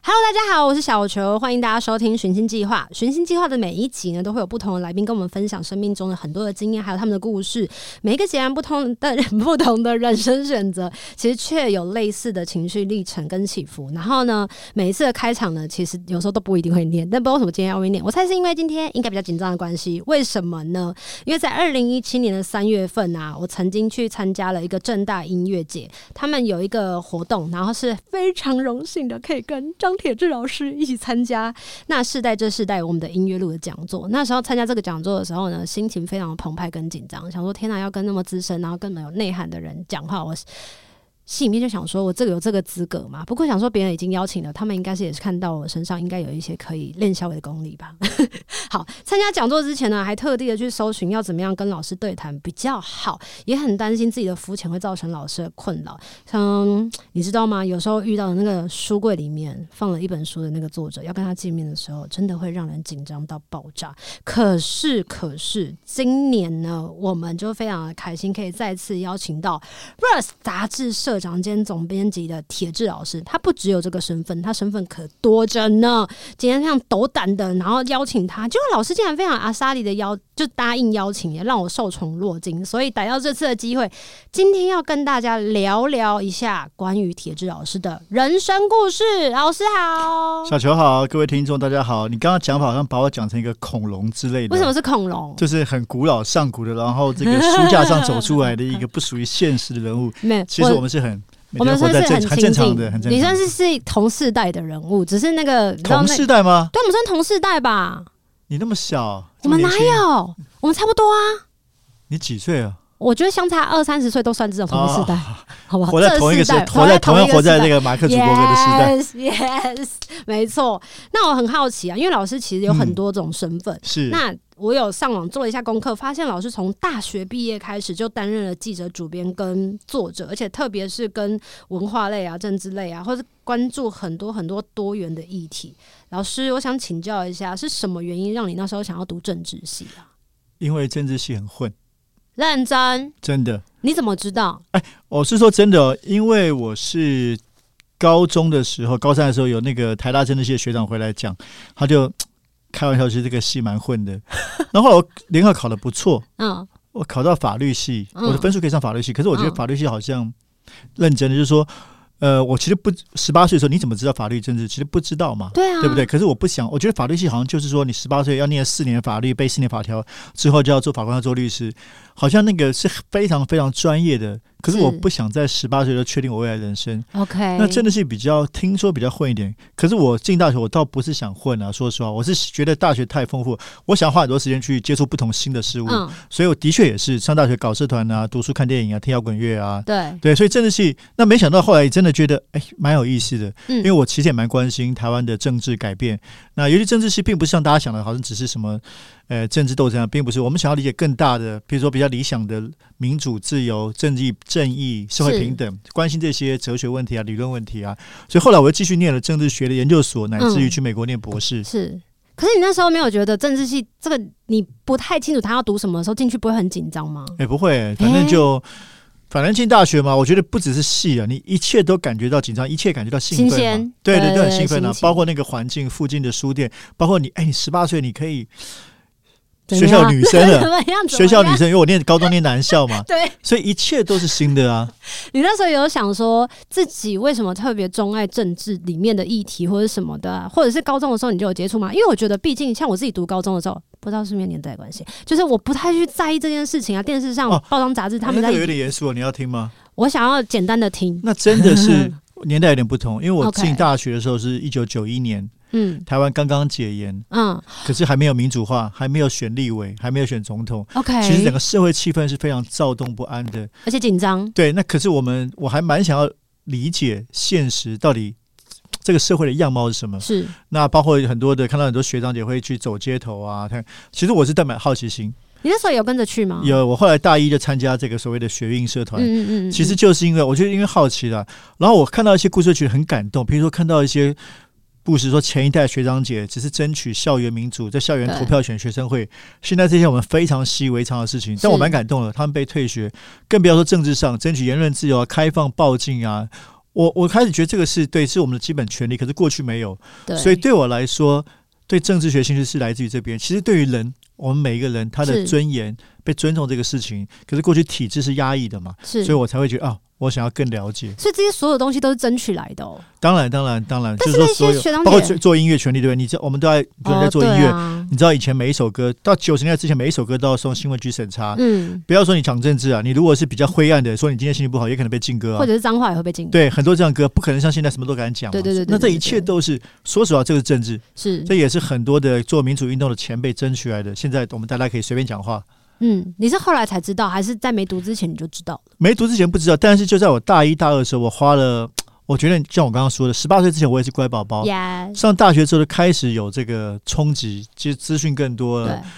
Hello，大家好，我是小球，欢迎大家收听《寻星计划》。《寻星计划》的每一集呢，都会有不同的来宾跟我们分享生命中的很多的经验，还有他们的故事。每一个截然不同的人、不同的人生选择，其实却有类似的情绪历程跟起伏。然后呢，每一次的开场呢，其实有时候都不一定会念，但不知道为什么今天要会念。我猜是因为今天应该比较紧张的关系。为什么呢？因为在二零一七年的三月份啊，我曾经去参加了一个正大音乐节，他们有一个活动，然后是非常荣幸的可以跟张铁志老师一起参加。那世代这世代我们的音乐路的讲座，那时候参加这个讲座的时候呢，心情非常澎湃跟紧张，想说天哪，要跟那么资深，然后更有内涵的人讲话，我心里面就想说，我这个有这个资格嘛？不过想说别人已经邀请了，他们应该是也是看到我身上应该有一些可以练小伟的功力吧。 好，参加讲座之前呢，还特地的去搜寻要怎么样跟老师对谈比较好，也很担心自己的肤浅会造成老师的困扰。像你知道吗？有时候遇到的那个书柜里面放了一本书的那个作者，要跟他见面的时候，真的会让人紧张到爆炸。可是，可是今年呢，我们就非常的开心，可以再次邀请到 Verse 杂志社长兼总编辑的铁志老师。他不只有这个身份，他身份可多着呢。今天非常斗胆的，然后邀请他，结果老师竟然非常阿莎莉的邀，就答应邀请，也让我受宠若惊。所以逮到这次的机会，今天要跟大家聊聊一下关于铁志老师的人生故事。老师好，小球好，各位听众大家好。你刚刚讲法好像把我讲成一个恐龙之类的，为什么是恐龙？就是很古老上古的，然后这个书架上走出来的一个不属于现实的人物。没，其实我们是很，每我天们活算在是正很很亲正常近的，很正你常算的。是是同世代的人物，只是那个你知道同那世代吗？对，我们算同世代吧？你那么小，我这么们哪年轻？啊有？我们差不多啊。你几岁啊？我觉得相差二三十岁都算这种同世代，好不好？活在哦这同一个世时代，，活在同一样个活世在代那个马克·祖伯格的时代。 Yes, yes，没错。那我很好奇啊，因为老师其实有很嗯多种身份。是，那我有上网做了一下功课，发现老师从大学毕业开始就担任了记者、主编跟作者，而且特别是跟文化类啊、政治类啊，或者关注很多很多多元的议题。老师，我想请教一下，是什么原因让你那时候想要读政治系啊？因为政治系很混，认真，真的。你怎么知道？我是说真的哦，因为我是高中的时候，高三的时候有那个台大政治系的学长回来讲，他就开玩笑说这个系蛮混的。然后后来我联考考的不错，嗯，我考到法律系，嗯我的分数可以上法律系，可是我觉得嗯法律系好像认真的，就是说，呃，我其实不十八岁的时候，你怎么知道法律政治？其实不知道嘛。对啊，对不对？？可是我不想，我觉得法律系好像就是说，你十八岁要念四年法律，背四年法条之后就要做法官，要做律师，好像那个是非常非常专业的。可是是哎我不想在十八岁就确定我未来人生， OK，那真的是比较听说比较混一点。可是我进大学，我倒不是想混啊，说实话，我是觉得大学太丰富，我想花很多时间去接触不同新的事物，嗯，所以我的确也是上大学搞社团啊，读书、看电影啊，听摇滚乐啊。对，对，所以政治系，那没想到后来真的觉得，哎，蛮有意思的。嗯因为我其实也蛮关心台湾的政治改变。那尤其政治系并不是像大家想的，好像只是什么呃政治斗争啊，并不是。我们想要理解更大的，比如说比较理想的民主、自由、正义、正义、社会是平等，关心这些哲学问题啊、理论问题啊。所以后来我又继续念了政治学的研究所，乃至于嗯去美国念博士。是，可是你那时候没有觉得政治系这个你不太清楚他要读什么的时候进去不会很紧张吗？哎、不会、反正就。反正进大学嘛，我觉得不只是戏啊，你一切都感觉到紧张，一切感觉到兴新奋嘛鲜，对对对，都很对兴奋啊心。情包括那个环境、附近的书店，包括你，哎，你十八岁你可以怎学么校样女生 怎的，么样？怎学校么女样，生，啊因为我念高中念男校嘛对所以一切都是新的啊。你那时候有想说自己为什么特别钟爱政治里面的议题或者什么的啊、或者是高中的时候你就有接触吗？因为我觉得，毕竟像我自己读高中的时候，不知道是不是年代关系，就是我不太去在意这件事情啊。电视上、哦报章、杂 志他们哎在那个，有点严肃，你要听吗？我想要简单的听，那真 的是年代有点不同，因为我 OK 进大学的时候是一九九一年，嗯台湾刚刚解严，嗯可是还没有民主化，还没有选立委，还没有选总统， ，OK，其实整个社会气氛是非常躁动不安的。而且紧张，对，那可是我们我还蛮想要理解现实到底。这个社会的样貌是什么？是那包括很多的看到很多学长姐会去走街头啊，看。其实我是带满好奇心，你那时候有跟着去吗？有，我后来大一就参加这个所谓的学运社团，嗯，嗯嗯嗯，其实就是因为我就是因为好奇啦，然后我看到一些故事，觉得很感动。比如说看到一些故事，说前一代学长姐只是争取校园民主，在校园对投票选学生会，现在这些我们非常习以为常的事情，但我是蛮感动的。他们被退学，更不要说政治上争取言论自由啊、开放报禁啊。我我开始觉得这个是对，是我们的基本权利，可是过去没有。对，所以对我来说，对政治学兴趣是来自于这边。其实对于人，我们每一个人他的是尊严被尊重这个事情，可是过去体制是压抑的嘛，是，所以所以我才会觉得啊，我想要更了解。这些所有东西都是争取来的哦。当然，当然，当然，就但是是那说所些有学长包括姐做，做音乐权利，对不对？你知道我们都在，比如你在做音乐，哦对啊你知道以前每一首歌到九十年代之前，每一首歌都要送新闻局审查。嗯，不要说你讲政治啊，你如果是比较灰暗的，说你今天心情不好，也可能被禁歌啊或。者是脏话也会被禁，对，很多这样的歌不可能像现在什么都敢讲嘛。对对对对那这对对一嗯切都是说实话，这个是政治。是，这也是很多的做民主运动的前辈争取来的。现在我们大家可以随便讲话。嗯，你是后来才知道，还是在没读之前你就知道了？没读之前不知道，但是就在我大一大二的时候，我花了，我觉得像我刚刚说的，十八岁之前我也是乖宝啊宝。呀，上大学之后就开始有这个冲击，其实资讯更多了对，，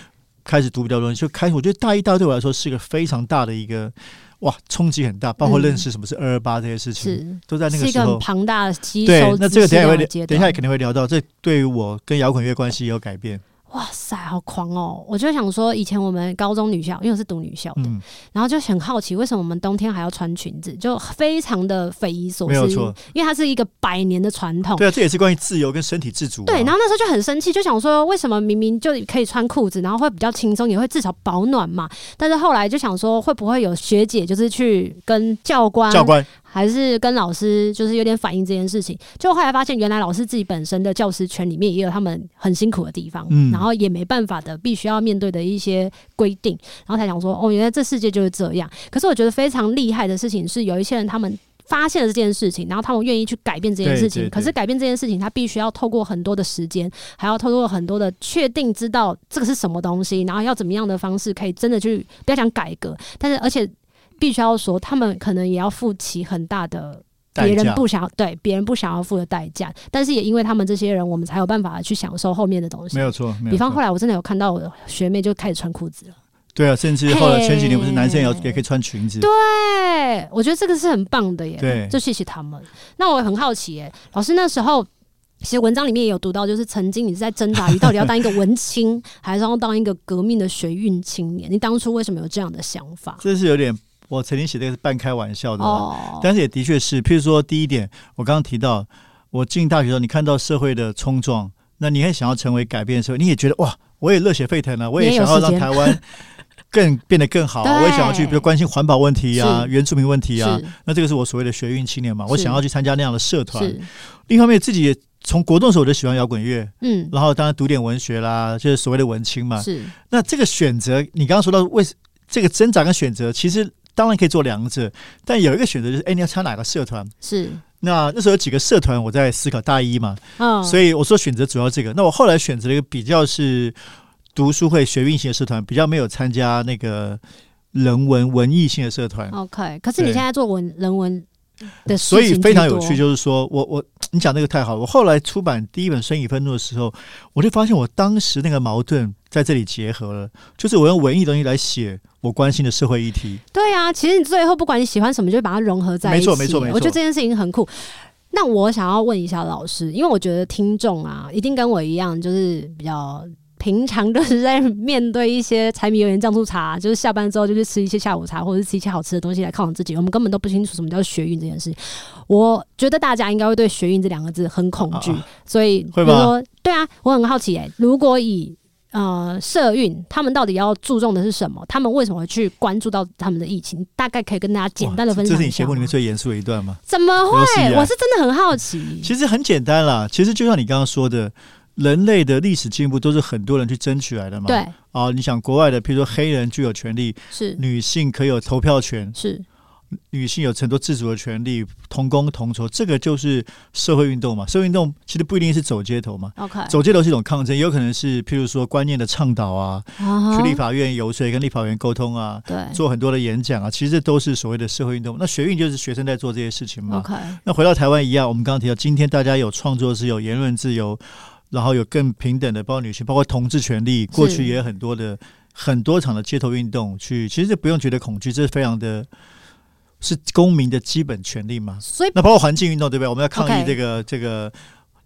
开始读比较多东西，就开始我觉得大一、大二对我来说是一个非常大的一个哇冲击很大，包括嗯认识什么是二二八这些事情，是都在那是个一时个很候。庞大的吸对收，那这知识个等一下也量会的聊阶等一下段。也肯定会聊到，这对于我跟摇滚乐关系也有改变。哇塞，好狂哦！我就想说，以前我们高中女校，因为我是读女校的，嗯，然后就很好奇，为什么我们冬天还要穿裙子，就非常的匪夷所没有思错，因为它是一个百年的传统。对啊，这也是关于自由跟身体自主啊、对，然后那时候就很生气，就想说为什么明明就可以穿裤子，然后会比较轻松，也会至少保暖嘛。但是后来就想说，会不会有学姐就是去跟教官、教官还是跟老师，就是有点反映这件事情。就后来发现，原来老师自己本身的教师圈里面也有他们很辛苦的地方，嗯然后也没办法的，必须要面对的一些规定，然后才想说，哦，原来这世界就是这样。可是我觉得非常厉害的事情是，有一些人他们。发现了这件事情，然后他们愿意去改变这件事情。对对对可是改变这件事情，他必须要透过很多的时间，还要透过很多的确定，知道这个是什么东西，然后要怎么样的方式可以真的去不要讲改革，但是而且必须要说，他们可能也要付起很大的代别人价不想要对别人不想要付的代价，但是也因为他们这些人，我们才有办法去享受后面的东西没。有错，没有比方后错。来我真的有看到我的学妹就开始穿裤子了，对啊，甚至后来嘿前几年不是男生也要也可以穿裙子，对，我觉得这个是很棒的耶，对就谢谢他们。那我也很好奇耶，老师那时候。其实文章里面也有读到，就是曾经你是在挣扎于到底要当一个文青， 还是要当一个革命的学运青年？你当初为什么有这样的想法？这是有点我曾经写的是半开玩笑的啦，哦，但是也的确是，譬如说第一点，我刚刚提到，我进大学的时候，你看到社会的冲撞，那你也想要成为改变的时候，你也觉得哇，我也热血沸腾了，我也你也嗯有想要时让间台湾更变得更好啊， 我也想要去，对比如关心环保问题啊、是原住民问题啊是，那这个是我所谓的学运青年嘛，我是想要去参加那样的社团。是，另一方面，自己也从国中的时候我就喜欢摇滚乐，嗯，然后当然读点文学啦，就是所谓的文青嘛。是那这个选择，你刚刚说到为这个挣扎跟选择，其实当然可以做两者，但有一个选择就是，哎，你要参哪个社团？是，那那时候有几个社团，我在思考大一嘛，嗯，所以我说选择主要这个。那我后来选择了一个比较是读书会学运型的社团，比较没有参加那个人文文艺性的社团， OK，可是你对现在做文人文的事情所以非常有居趣。多就是说我我你讲这个太好了。我后来出版第一本《生以愤怒》的时候，我就发现我当时那个矛盾在这里结合了，就是我用文艺东西来写我关心的社会议题。对啊，其实你最后不管你喜欢什么，就会把它融合在一起。没错没错没错我觉得这件事情很酷。那我想要问一下老师，因为我觉得听众啊，一定跟我一样，就是比较平常，就是在面对一些柴米油盐酱醋茶， 就是下班之后就去吃一些下午茶，或者是吃一些好吃的东西来犒赏自己。我们根本都不清楚什么叫学运这件事。我觉得大家应该会对学运这两个字很恐惧，啊所以会比如吗说？对啊，我很好奇哎、如果以呃社运，他们到底要注重的是什么？他们为什么会去关注到他们的疫情？大概可以跟大家简单的分这享是一你下节吗。目里面最严肃的一段吗？怎么有史以会？来我是真的很好奇。啊其实很简单啦，其实就像你刚刚说的，人类的历史进步都是很多人去争取来的嘛。对，啊，你想国外的，譬如说黑人具有权利，是女性可以有投票权，是女性有很多自主的权利，同工同酬，这个就是社会运动嘛。社会运动其实不一定是走街头嘛。 OK，走街头是一种抗争，也有可能是譬如说观念的倡导啊，啊去立法院游说，跟立法院沟通啊，对做很多的演讲啊，其实这都是所谓的社会运动。那学运就是学生在做这些事情嘛。 OK 那回到台湾一样，我们刚刚提到，今天大家有创作自由、言论自由，然后有更平等的，包括女性，包括同志权利，过去也有很多的很多场的街头运动去，其实不用觉得恐惧，这是非常的，是公民的基本权利嘛。所以那包括环境运动，对不对？我们要抗议 OK 这个这个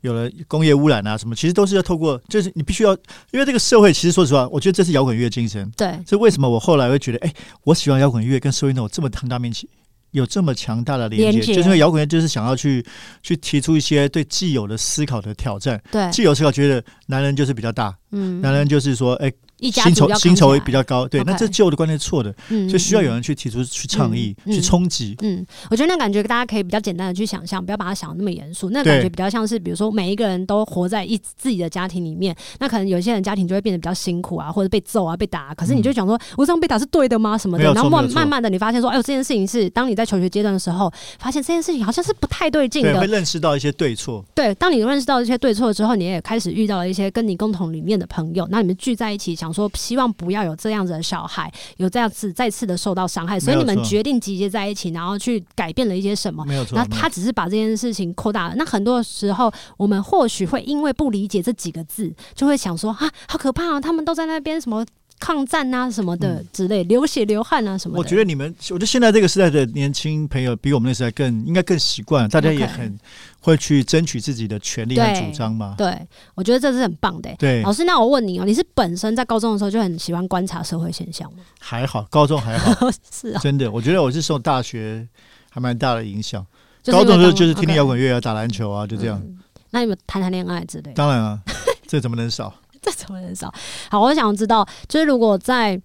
有了工业污染啊什么，其实都是要透过，就是你必须要，因为这个社会其实说实话，我觉得这是摇滚乐精神。对这为什么我后来会觉得，哎，我喜欢摇滚乐跟社会运动有这么强大面积，有这么强大的连接，连接就是因为摇滚乐就是想要去去提出一些对既有的思考的挑战。对，既有思考觉得男人就是比较大，哎嗯，男人就是说，哎，一家薪族酬要薪酬扛也起比来，较高，对， OK 那这旧的观念错的，嗯所以需要嗯有。嗯人去提出去倡议、嗯嗯去冲击。嗯，我觉得那感觉大家可以比较简单的去想象，不要把它想的那么严肃。那对感觉比较像是，比如说每一个人都活在一自己的家庭里面，那可能有些人家庭就会变得比较辛苦啊，或者被揍啊、被打、可是你就想说，我这样被打是对的吗？什么的嗯没？有错然后慢没有错慢慢的，你发现说，哎呦，这件事情是当你在求学阶段的时候，发现这件事情好像是不太对劲对，的。会认识到一些对错，对，当你认识到这些对错之后，你也开始遇到了一些跟你共同理念的朋友，那你们聚在一起，想说希望不要有这样子的小孩，有这样子再次的受到伤害，所以没你有们错决定集结在一起，然后去改变了一些什么。没有错。哦那没有他只是把这件事情扩大了。那很多时候，我们或许会因为不理解这几个字，就会想说啊，好可怕啊！他们都在那边什么抗战啊什么的嗯之类，流血流汗啊什么的。我觉得你们，我觉得现在这个时代的年轻朋友比我们那时代更应该更习惯，大家也 OK 很会去争取自己的权利和对主张嘛。对，我觉得这是很棒的欸、对，老师，那我问你哦、你是本身在高中的时候就很喜欢观察社会现象吗？还好，高中还好，是啊，真的，我觉得我是受大学还蛮大的影响。就是因高为中的时刚候就是听听 OK 摇滚乐啊，打篮球啊，就这样。嗯那你们谈谈恋爱之类的？当然啊， 这怎么能少？ 这种人少。好，我想知道，就是如果在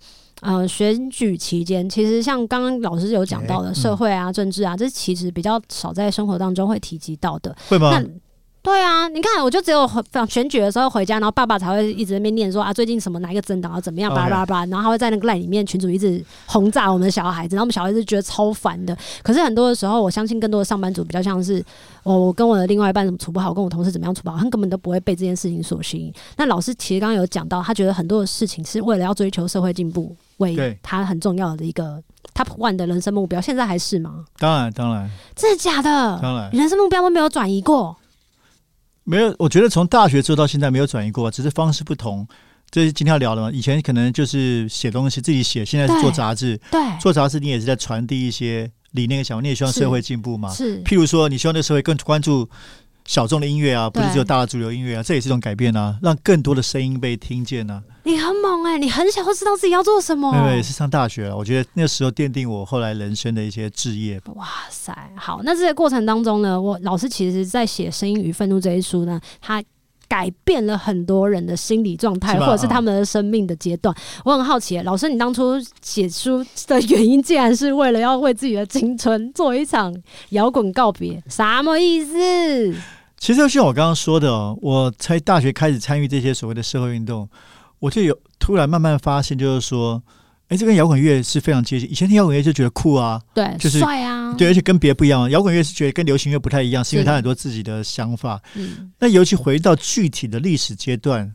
呃选举期间，其实像刚刚老师有讲到哎的嗯社会啊、政治啊，这其实比较少在生活当中会提及到的。会吗那？对啊，你看，我就只有回选举的时候回家，然后爸爸才会一直在那边念说啊，最近什么哪一个政党啊怎么样， OK 叭叭叭，然后他会在那个赖里面群主一直轰炸我们的小孩子，然后我们小孩子觉得超烦的。可是很多的时候，我相信更多的上班族比较像是我、我跟我的另外一半怎么处不好，跟我同事怎么样处不好，他们根本都不会被这件事情所吸引。那老师其实刚刚有讲到，他觉得很多的事情是为了要追求社会进步为对他很重要的一个 top one 的人生目标，现在还是吗？当然，当然，真的假的？当然你，人生目标都没有转移过？没有。我觉得从大学之后到现在没有转移过，只是方式不同。这是今天要聊的嘛？以前可能就是写东西自己写，现在是做对杂志，对。做杂志你也是在传递一些理念跟想法，你也希望是社会进步嘛。是，譬如说，你希望这个社会更关注小众的音乐啊，不是对只有大的主流音乐啊，这也是一种改变啊，让更多的声音被听见啊。你很猛哎、你很小就知道自己要做什么。因为是上大学啊了，我觉得那时候奠定我后来人生的一些志业吧。哇塞，好，那这个过程当中呢，我老师其实在写《声音与愤怒》这一书呢，他。改变了很多人的心理状态，是吧或者是他们的生命的阶段。我很好奇，老师，你当初写书的原因，竟然是为了要为自己的青春做一场摇滚告别，什么意思？其实就像我刚刚说的哦，我才大学开始参与这些所谓的社会运动，我就有突然慢慢发现，就是说，哎，这跟摇滚乐是非常接近。以前听摇滚乐就觉得酷啊，对，就是帅啊，对，而且跟别不一样。摇滚乐是觉得跟流行乐不太一样，是因为是它很多自己的想法。嗯，那尤其回到具体的历史阶段，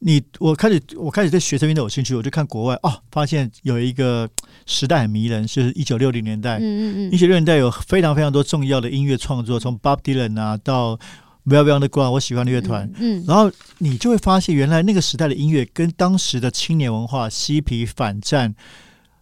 你我开始我开始对学生运动有兴趣，我就看国外哦，发现有一个时代很迷人，就是一九六零年代。嗯嗯一九六零年代有非常非常多重要的音乐创作，从 Bob Dylan 啊到 Velvet Underground，我喜欢的乐嗯，团。嗯，嗯，然后你就会发现，原来那个时代的音乐跟当时的青年文化、嬉皮、反战、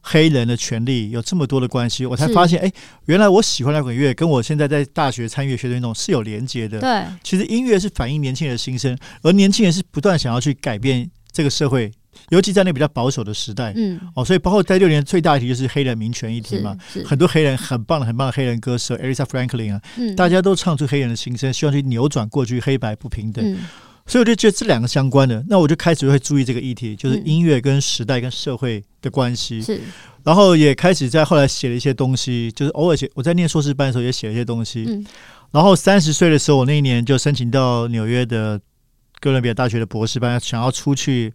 黑人的权利有这么多的关系。我才是发现，哎，原来我喜欢摇滚乐，跟我现在在大学参与的学生运动是有连结的。嗯对，其实音乐是反映年轻人的心声，而年轻人是不断想要去改变这个社会，尤其在那比较保守的时代。嗯，哦，所以包括在六年最大的议题就是黑人民权议题是嘛。是，很多黑人很棒的、很棒的黑人歌手 Erisa Franklin 啊，嗯大家都唱出黑人的心声，希望去扭转过去黑白不平等。嗯所以我就觉得这两个相关的，那我就开始会注意这个议题，就是嗯音乐跟时代跟社会的关系。是，然后也开始在后来写了一些东西，就是偶尔写我在念硕士班的时候也写了一些东西。嗯然后三十岁的时候，我那一年就申请到纽约的哥伦比亚大学的博士班，想要出去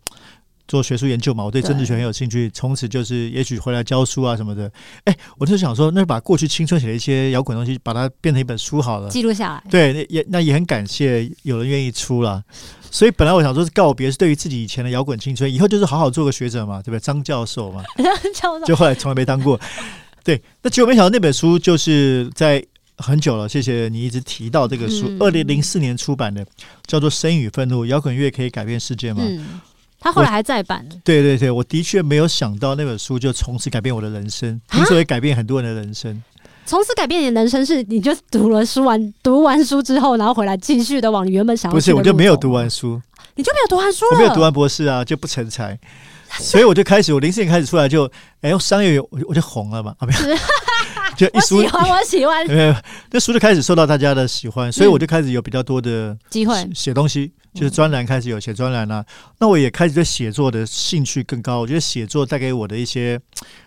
做学术研究嘛。我对对政治学很有兴趣，从此就是也许回来教书啊什么的。哎，我就想说，那把过去青春写的一些摇滚东西，把它变成一本书好 了。记录下来，对，那也那也很感谢有人愿意出啦。所以本来我想说是告别，是对于自己以前的摇滚青春，以后就是好好做个学者嘛，对不对？张教授嘛， 叫做就后来从来没当过。对，那结果没想到那本书就是在很久了，谢谢你一直提到这个书嗯，二零零四年出版的，叫做《声与愤怒：摇滚乐可以改变世界》嘛。嗯他后来还再版呢。对对对，我的确没有想到那本书就从此改变我的人生，啊同时也改变很多人的人生。从此改变你的人生是，你就读了书完，读完书之后，然后回来继续的往你原本想要不是，去的哦我就路没有走读，完书，你就没有读完书了，我没有读完博士啊，就不成才，啊所以我就开始，我零四年开始出来就，哎，商业有我就我就红了嘛，啊，没有， 就一我书喜，欢，我喜欢 没有，那书就开始受到大家的喜欢，所嗯以我就开始有比较多的机会写写东西，嗯就是专栏开始有写专栏啦、那我也开始对写作的兴趣更高，我觉得写作带给我的一些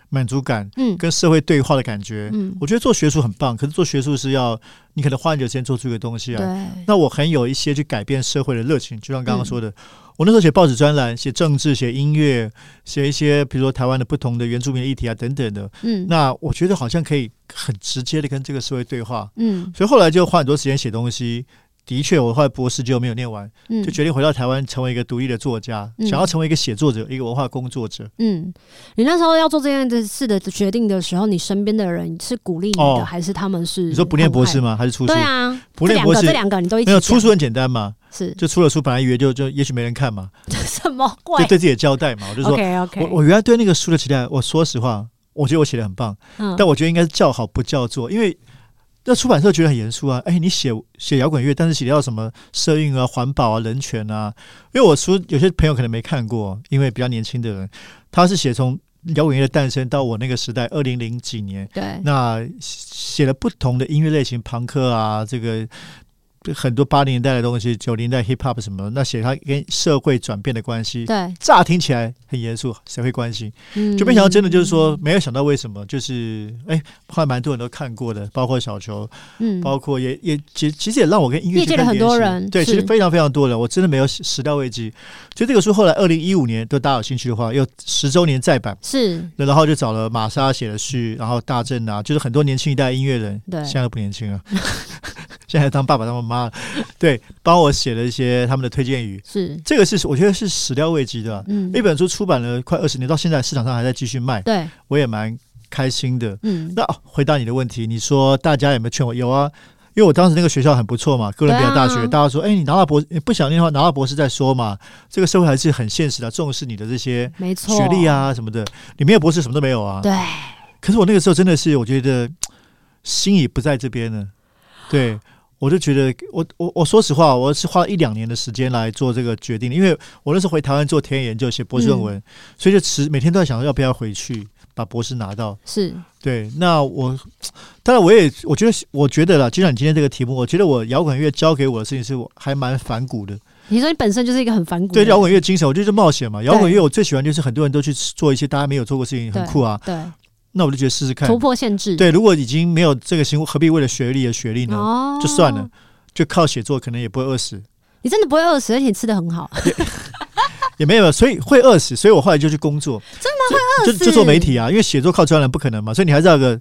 满足感嗯跟社会对话的感觉，嗯，我觉得做学术很棒，可是做学术是要你可能花很久时间做出一个东西对啊，那我很有一些去改变社会的热情，就像刚刚说嗯的，我那时候写报纸专栏、写政治、写音乐、写一些比如说台湾的不同的原住民的议题啊等等的。嗯那我觉得好像可以很直接的跟这个社会对话，嗯所以后来就花很多时间写东西。的确，我后来博士就没有念完，嗯，就决定回到台湾成为一个独立的作家，嗯想要成为一个写作者、一个文化工作者。嗯，你那时候要做这件的事的决定的时候，你身边的人是鼓励你的，哦还是他们是你说不念博士吗？吗？还是出书对？啊，不这念两博个士这两个你都一起没有讲出书很简单嘛，是就出了书，本来以为就就也许没人看嘛， 什么鬼就对自己的交代嘛。我就说 OK OK，我我原来对那个书的期待，我说实话，我觉得我写的很棒，嗯但我觉得应该是叫好不叫座，因为 那出版社觉得很严肃啊。哎，你写写摇滚乐，但是写到什么社运啊、环保啊、人权啊，因为我书有些朋友可能没看过，因为比较年轻的人，他是写从摇滚乐的诞生到我那个时代，二零零几年，对那写了不同的音乐类型，朋克啊，这个很多八零年代的东西，九零代 hip hop 什么，那写它跟社会转变的关系。对，乍听起来很严肃，谁会关心？嗯就没想到真的就是说，没有想到为什么，就是哎，后来蛮多人都看过的，包括小球，嗯包括也也其其实也让我跟音乐业界的更很多联系人对，其实是非常非常多人，我真的没有始料未及。所以这个书后来二零一五年，都大家有兴趣的话，又十周年再版，是那然后就找了玛莎写的序，然后大正啊，就是很多年轻一代的音乐人，对现在都不年轻了， 现在当爸爸当妈妈了，对，帮我写了一些他们的推荐语，是这个是我觉得是始料未及的啊、嗯那本书出版了快二十年，到现在市场上还在继续卖，对我也蛮开心的。嗯那哦回答你的问题，你说大家有没有劝我？有啊，因为我当时那个学校很不错嘛，哥伦比亚大学，对啊大家说，哎，你拿到博，你不想念的话，拿到博士再说嘛。这个社会还是很现实的，重视你的这些没错学历啊什么的。你没有博士，什么都没有啊。对可是我那个时候真的是，我觉得心已不在这边了。对，我就觉得，我我我说实话，我是花了一两年的时间来做这个决定的，因为我那时候回台湾做田野研究，写博士论文，所以就迟每天都在想要不要回去把博士拿到。是对，那我当然我也我觉得我觉得啦，就像你今天这个题目，我觉得我摇滚乐教给我的事情是我还蛮反骨的。你说你本身就是一个很反骨对的摇滚乐精神，我就是冒险嘛。摇滚乐我最喜欢就是很多人都去做一些大家没有做过的事情，很对酷啊。人那我就觉得试试对看突。破限制对，如果已经没有这个行为，何必为了学历而学历呢？哦就算了，，就靠写作可能也不会饿死，你真的不会饿死，而且你吃的很好，哎也没有，所以会饿死，所以我后来就去工作，真就的会饿死就做媒体啊，因为写作靠专栏不可能嘛，所以你还是要有个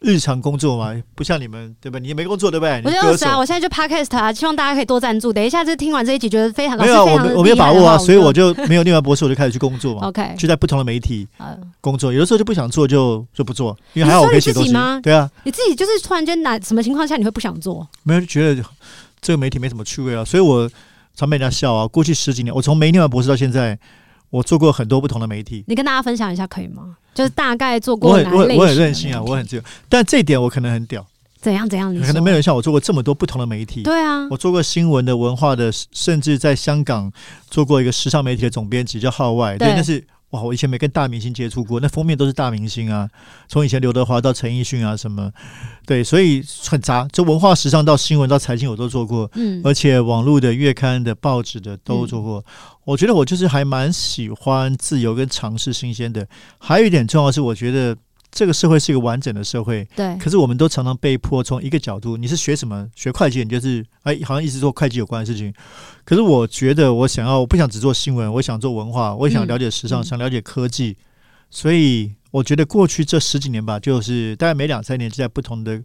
日常工作嘛，不像你们对吧？你也没工作对不对？你我就歌二十手啊，我现在就 podcast 啊，希望大家可以多赞助。等一下，就听完这一集，觉得非常没老师有啊，非我常没的我没有厉害把的握话啊，我所以就我就没有念完博士，我就开始去工作 嘛，OK。就在不同的媒体呃，工作，有的时候就不想做就就不做，因为还你好我说可以你写自东己西吗，对啊，你自己就是突然间哪什么情况下你会不想做？没有就觉得这个媒体没什么趣味啊，所以我常被人家笑啊。过去十几年，我从没念完博士到现在，我做过很多不同的媒体。你跟大家分享一下可以吗？就是大概做我过很哪我类很我很型的任性啊，媒体我很自由，但这一点我可能很屌，怎样怎样？你可能说没有人像我做过这么多不同的媒体。对啊我，做过新闻的、文化的，甚至在香港做过一个时尚媒体的总编辑，叫号外。对，对但是哇，我以前没跟大明星接触过，那封面都是大明星啊，从以前刘德华到陈奕迅啊什么，对，所以很杂，就文化、时尚到新闻到财经我都做过，嗯而且网络的、月刊的、报纸的都做过。我觉得我就是还蛮喜欢自由跟尝试新鲜的。还有一点重要的是，我觉得这个社会是一个完整的社会，对可是我们都常常被迫从一个角度，你是学什么？学会计，你就是哎，好像一直做会计有关的事情。可是我觉得，我想要，我不想只做新闻，我想做文化，我也想嗯了解时尚，嗯想了解科技。所以我觉得过去这十几年吧，就是大概每两三年就在不同的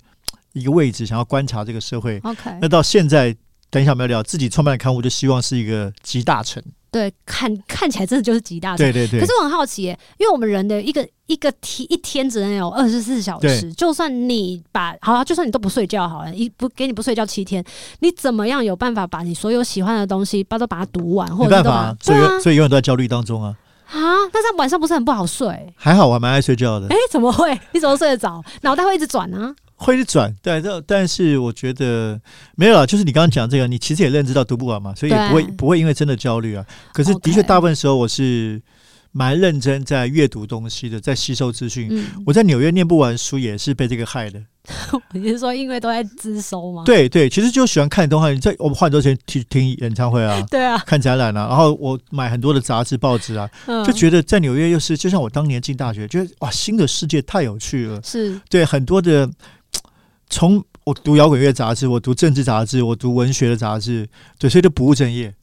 一个位置，想要观察这个社会。 ，OK 那到现在等一下我们要聊自己创办的刊物，就希望是一个集大成。对，看看起来真的就是极大成。对对对啊可是，我很好奇、耶，因为我们人的一个一个天一天只能有二十四小时，就算你把好、啊，就算你都不睡觉好了，一不给你不睡觉七天，你怎么样有办法把你所有喜欢的东西，把都把它读完，或没者是办都法把啊，所以对啊所以永远都在焦虑当中啊。啊，那这样晚上不是很不好睡？还好我还啊蛮爱睡觉的哎、，怎么会？你怎么睡得着？脑袋会一直转啊？会一直转，对，但但是我觉得没有啦，就是你刚刚讲这个，你其实也认知到读不完嘛，所以也不会对哦不会因为真的焦虑啊。可是 OK 的确，大部分时候我是蛮认真在阅读东西的，在吸收资讯。嗯，哦我在纽约念不完书，也是被这个害的。你是说因为都在自收吗？，对对，其实就喜欢看动画。你在我们花很多钱去听演唱会啊对啊，看展览啊，然后我买很多的杂志、报纸啊，嗯，就觉得在纽约又是就像我当年进大学，觉得哇，新的世界太有趣了。是对很多的，从我读摇滚乐杂志，我读政治杂志，我读文学的杂志，对，所以就不务正业。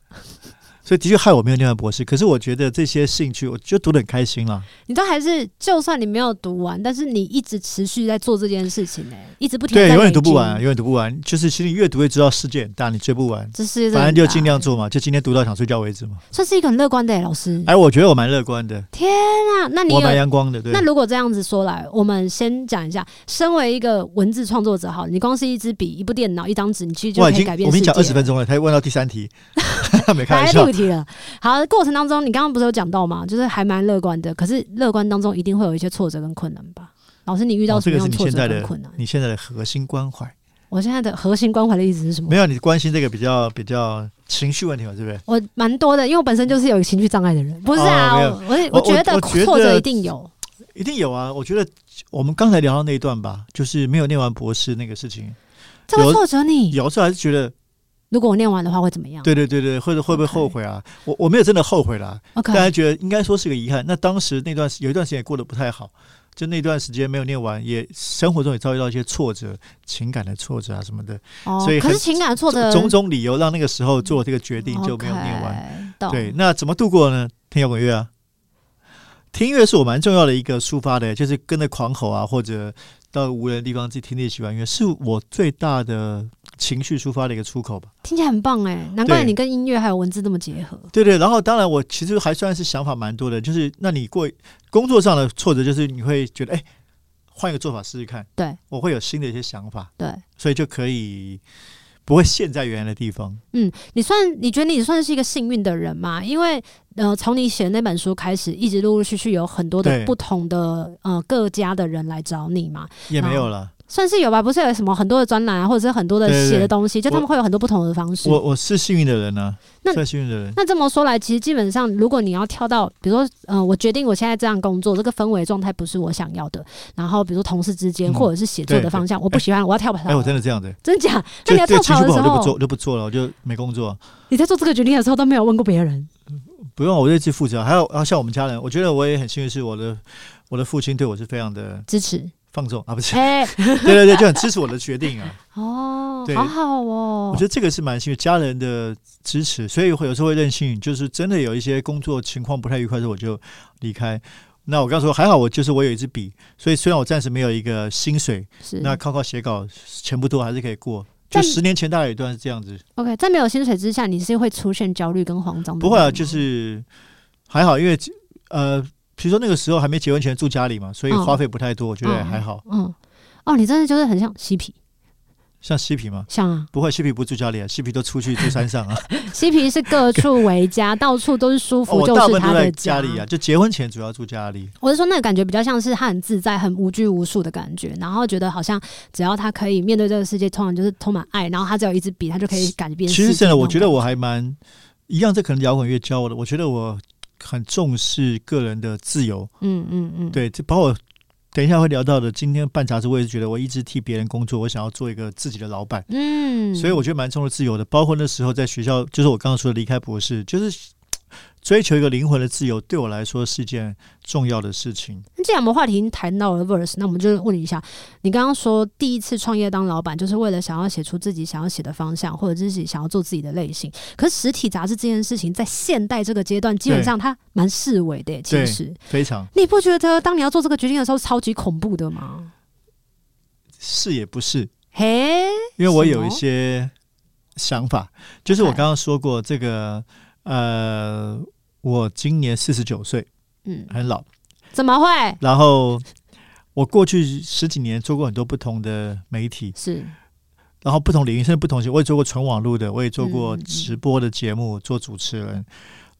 所以的确害我没有念完博士，可是我觉得这些兴趣，我就读得很开心啦。你都还是，就算你没有读完，但是你一直持续在做这件事情呢、一直不停地对，在永远累读不积完，永远读不完。就是其实你越读越知道世界很大，你追不完。这是一个反正很就大尽量做嘛，就今天读到想睡觉为止嘛。算是一个很乐观的、欸、老师。哎，我觉得我蛮乐观的，那那你我蛮有阳光的，对那。如果这样子说来，我们先讲一下，身为一个文字创作者，好了，你光是一支笔、一部电脑、一张纸，你其实就哇，已可以经改我变们世已经界讲了。二十分钟了，才问到第 三题，没开来玩第笑五。题了。好，过程当中你刚刚不是有讲到嘛，就是还蛮乐观的，可是乐观当中一定会有一些挫折跟困难吧？老师，你遇到哦什这么个是样你挫现在折跟的困难？你现在的核心关怀。我现在的核心关怀的意思是什么没？有，你关心这个比较比较情绪问题嘛，是不是？我蛮多的，因为我本身就是有情绪障碍的人。不是哦啊，没有我我我我觉我得我觉得挫折一定有。一定有啊！我觉得我们刚才聊到那一段吧，就是没有念完博士那个事情，嗯这会有挫折你。有时候还是觉嗯得，如果我念完的话会怎么样对对对对，或者会不会 OK 后悔啊？我我没有真的后悔啦， ？OK，大家觉得应该说是个遗憾。那当时那段时有一段时间也过得不太好，就那段时间没有念完，也生活中也遭遇到一些挫折，情感的挫折啊什么的，哦所以，可很是情感挫折种种理由让那个时候做这个决定就没有念完。完。懂对，那怎么度过呢？听摇滚乐啊，听音乐是我蛮重要的一个抒发的，就是跟着狂吼啊，或者到无人的地方自己听自己喜欢的音乐，是我最大的情绪抒发的一个出口吧。听起来很棒哎，难怪对你跟音乐还有文字这么结合。对对，然后当然我其实还算是想法蛮多的，就是那你过工作上的挫折，就是你会觉得哎，换一个做法试试看，对我会有新的一些想法，对，所以就可以不会陷在原来的地方。嗯，你算你觉得你算是一个幸运的人吗？因为呃，从你写的那本书开始，一直陆陆续续有很多的对不同的呃各家的人来找你嘛，也没哦有了，算是有吧？不是有什么很多的专栏啊，或者是很多的对对写的对东西，就他我们会有很多不同的方式。我我是幸运的人呢、那算幸运的人。那这么说来，其实基本上，如果你要跳到，比如说，呃，我决定我现在这样工作，这个氛围状态不是我想要的，然后比如说同事之间、嗯或者是写作的方向，我不喜欢，我要跳槽。哎，我真的这样的。真假？那就你要这跳槽个情绪的不时好就不候做，，就不做了，我就没工作。你在做这个决定的时候都没有问过别人，不用，我对自己负责。还有，啊，像我们家人，我觉得我也很幸运，是我的我的父亲对我是非常的支持？放纵啊，不 是，哎、对对对，就很支持我的决定啊。哦， 对好好哦我觉，得这个是蛮幸运，家人的支持，所以会有时候会任性，就是真的有一些工作情况不太愉快的时候，我就离开。那我刚说还好，我就是我有一支笔，所以虽然我暂时没有一个薪水，是那靠靠写稿钱不多，还是可以过。就但十年前大概有一段是这样子， OK，在没有薪水之下，你是会出现焦虑跟慌张的。不会啊，就是还好，因为呃，比如说那个时候还没结婚前住家里嘛，所以嗯花费不太多，我觉得嗯还好。嗯，哦，你真的就是很像嬉皮，像嬉皮嘛，像啊，不会嬉皮不住家里啊，嬉皮都出去住山上啊。嬉皮是各处为家， 到处都是舒哦，服， 我就大部是分他都在的家里啊，就结婚前主要住家里。我是说，那个感觉比较像是他很自在、很无拘无束的感觉，然后觉得好像只要他可以面对这个世界，通常就是充满爱，然后他只有一支笔，他就可以改变世界那其种感觉。实真的，我觉得我还蛮一样，这可能摇滚乐教我的。我觉得我很重视个人的自由，嗯嗯嗯，对，这包括。等一下会聊到的，今天办杂志，我也觉得我一直替别人工作，我想要做一个自己的老板。嗯，所以我觉得蛮重视自由的。包括那时候在学校，就是我刚刚说的离开博士，就是嘖追求一个灵魂的自由，对我来说是件重要的事情。那既然我们话题已经谈到了 verse，那我们就问你一下，你刚刚说第一次创业当老板，就是为了想要写出自己想要写的方向，或者自己想要做自己的类型。可是实体杂志这件事情，在现代这个阶段，基本上它蛮视为的耶。其对实非常你不觉得当你要做这个决定的时候，超级恐怖的嗯吗？是也不是，嘿，因为我什么有一些想法，就是我嗨刚刚说过这个，呃，我今年四十九岁，嗯，很老。怎么会？然后我过去十几年做过很多不同的媒体，是然后不同领域甚至不同节目，我也做过纯网络的，我也做过嗯嗯嗯直播的节目，做主持人。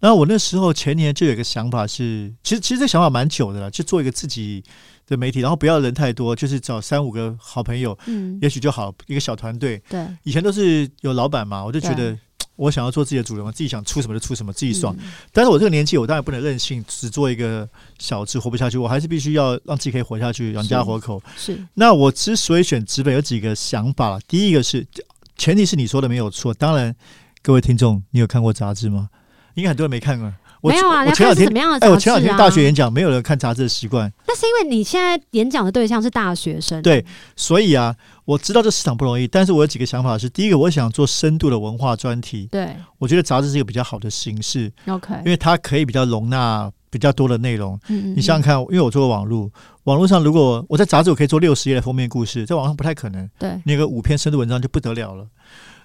然后我那时候前年就有一个想法是，其实其实这个想法蛮久的了，就做一个自己的媒体，然后不要人太多，就是找三五个好朋友，嗯，也许就好一个小团队。对，以前都是有老板嘛，我就觉对得我想要做自己的主人，我自己想出什么就出什么，自己爽。嗯但是我这个年纪，我当然不能任性，只做一个小字活不下去，我还是必须要让自己可以活下去，养家活口。是那我之所以选直本，有几个想法。第一个是，前提是你说的没有错。当然，各位听众，你有看过杂志吗？应该很多人没看过。我没有啊？我你要前看两是天怎么样的哎、我杂志前啊？两天大学演讲，没有人看杂志的习惯，那是因为你现在演讲的对象是大学生，对所以啊，我知道这市场不容易。但是我有几个想法是：第一个，我想做深度的文化专题，对我觉得杂志是一个比较好的形式， ，OK，因为它可以比较容纳比较多的内容。嗯嗯你想想嗯看，因为我做过网络，网络上如果我在杂志我可以做六十页的封面故事，在网上不太可能。对，那个五篇深度文章就不得了了。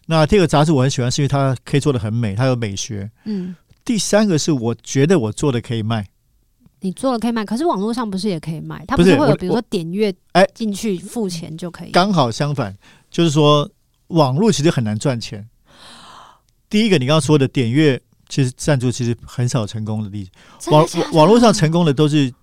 那第二个杂志我很喜欢，是因为它可以做的很美，它有美学。嗯，第三个是我觉得我做的可以卖，你做了可以卖，可是网络上不是也可以卖？它不不是是会有我比如说点阅哎进去付钱就可以？刚好相反，就是说网络其实很难赚钱。第一个你刚刚说的点阅，其实赞助其实很少成功的例子，真的网假的网络上成功的都是。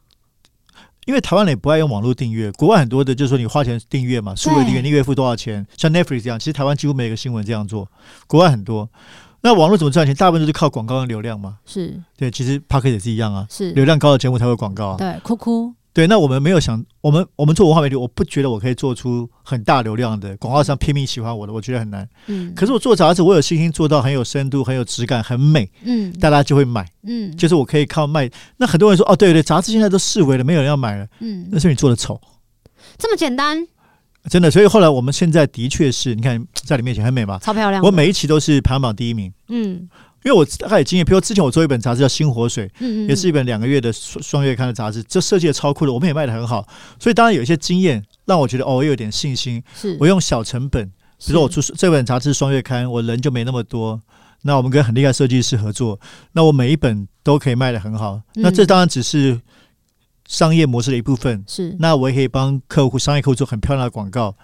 因为台湾人也不爱用网络订阅，国外很多的就是说你花钱订阅嘛，数位订阅，对你月付多少钱？像 Netflix 这样，其实台湾几乎每个新闻这样做，国外很多。那网络怎么赚钱？大部分都是靠广告跟流量嘛。是对，其实 p o c k e t 也是一样啊，是，流量高的节目才会有广告啊。对，哭哭，对，那我们没有想，我们我们做文化媒体，我不觉得我可以做出很大流量的广告商拼命喜欢我的，我觉得很难。嗯，可是我做杂志，我有信心做到很有深度、很有质感、很美，嗯大家就会买。嗯就是我可以靠卖。那很多人说，哦，对对，杂志现在都视为了，没有人要买了，嗯，那是你做的丑，这么简单，真的。所以后来我们现在的确是，你看在你面前很美吧？超漂亮的。我每一期都是排行榜第一名。嗯因为我大概有经验，比如之前我做一本杂志叫《新活水》，嗯嗯也是一本两个月的双双月刊的杂志，这设计的超酷的，我们也卖的很好，所以当然有一些经验让我觉得哦，我有点信心，是，我用小成本，比如说我出这本杂志双月刊，我人就没那么多，那我们跟很厉害的设计师合作，那我每一本都可以卖的很好，嗯那这当然只是商业模式的一部分，是，那我也可以帮客户商业客户做很漂亮的广告，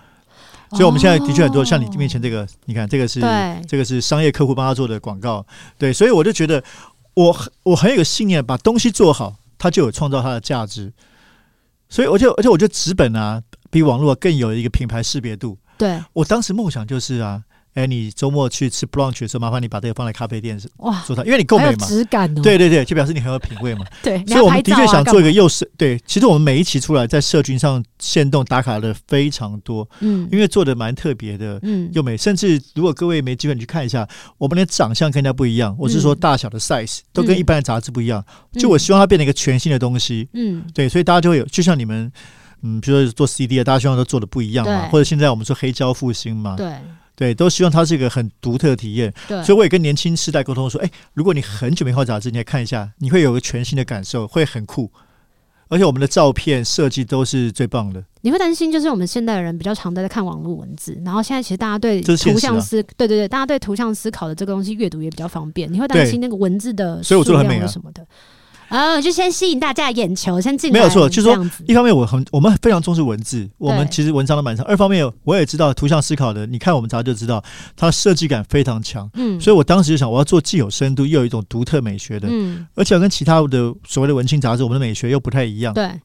所以我们现在的确很多、像你面前这个，你看这个是对这个是商业客户帮他做的广告，对，所以我就觉得我很我很有个信念，把东西做好，它就有创造它的价值。所以我就而且我觉得纸本啊，比网络更有一个品牌识别度。对我当时梦想就是啊，哎，你周末去吃 brunch 的时候，麻烦你把这个放在咖啡店哇，桌上，因为你购还美有嘛。质感哦。对对对，就表示你很有品味嘛。对， 你所以要我们拍的照确啊想做干一个又是对，其实我们每一期出来在社群上限动打卡的非常多，嘛嗯，因为做的蛮特别的。嗯又美，甚至如果各位没机会，你去看一下，我们的长相跟人家不一样，我是说嗯大小的 size、都跟嗯一般的杂志不一样。嗯就我希望它变成一个全新的东西，嗯对，所以大家就会有，就像你们，嗯，比如说做 CD 啊，大家希望都做的不一样嘛，对或者现在我们说黑胶复兴嘛，对对，都希望它是一个很独特的体验。对，所以我也跟年轻世代沟通说，哎，如果你很久没看杂志，你来看一下，你会有个全新的感受，会很酷。而且我们的照片设计都是最棒的，你会担心，就是我们现代的人比较常在看网络文字，然后现在其实大家对这是现图实啊像思，对对对，大家对图像思考的这个东西阅读也比较方便，你会担对心那个文字的所以我做得很数量美啊或什么的，啊，就先吸引大家的眼球，先进来，没有错就是这说样子一方面我很我们非常重视文字，我们对其实文章都蛮长；二方面我也知道图像思考的，你看我们杂志就知道，它的设计感非常强。嗯，所以我当时就想，我要做既有深度又有一种独特美学的，嗯，而且跟其他的所谓的文青杂志，我们的美学又不太一样。对，嗯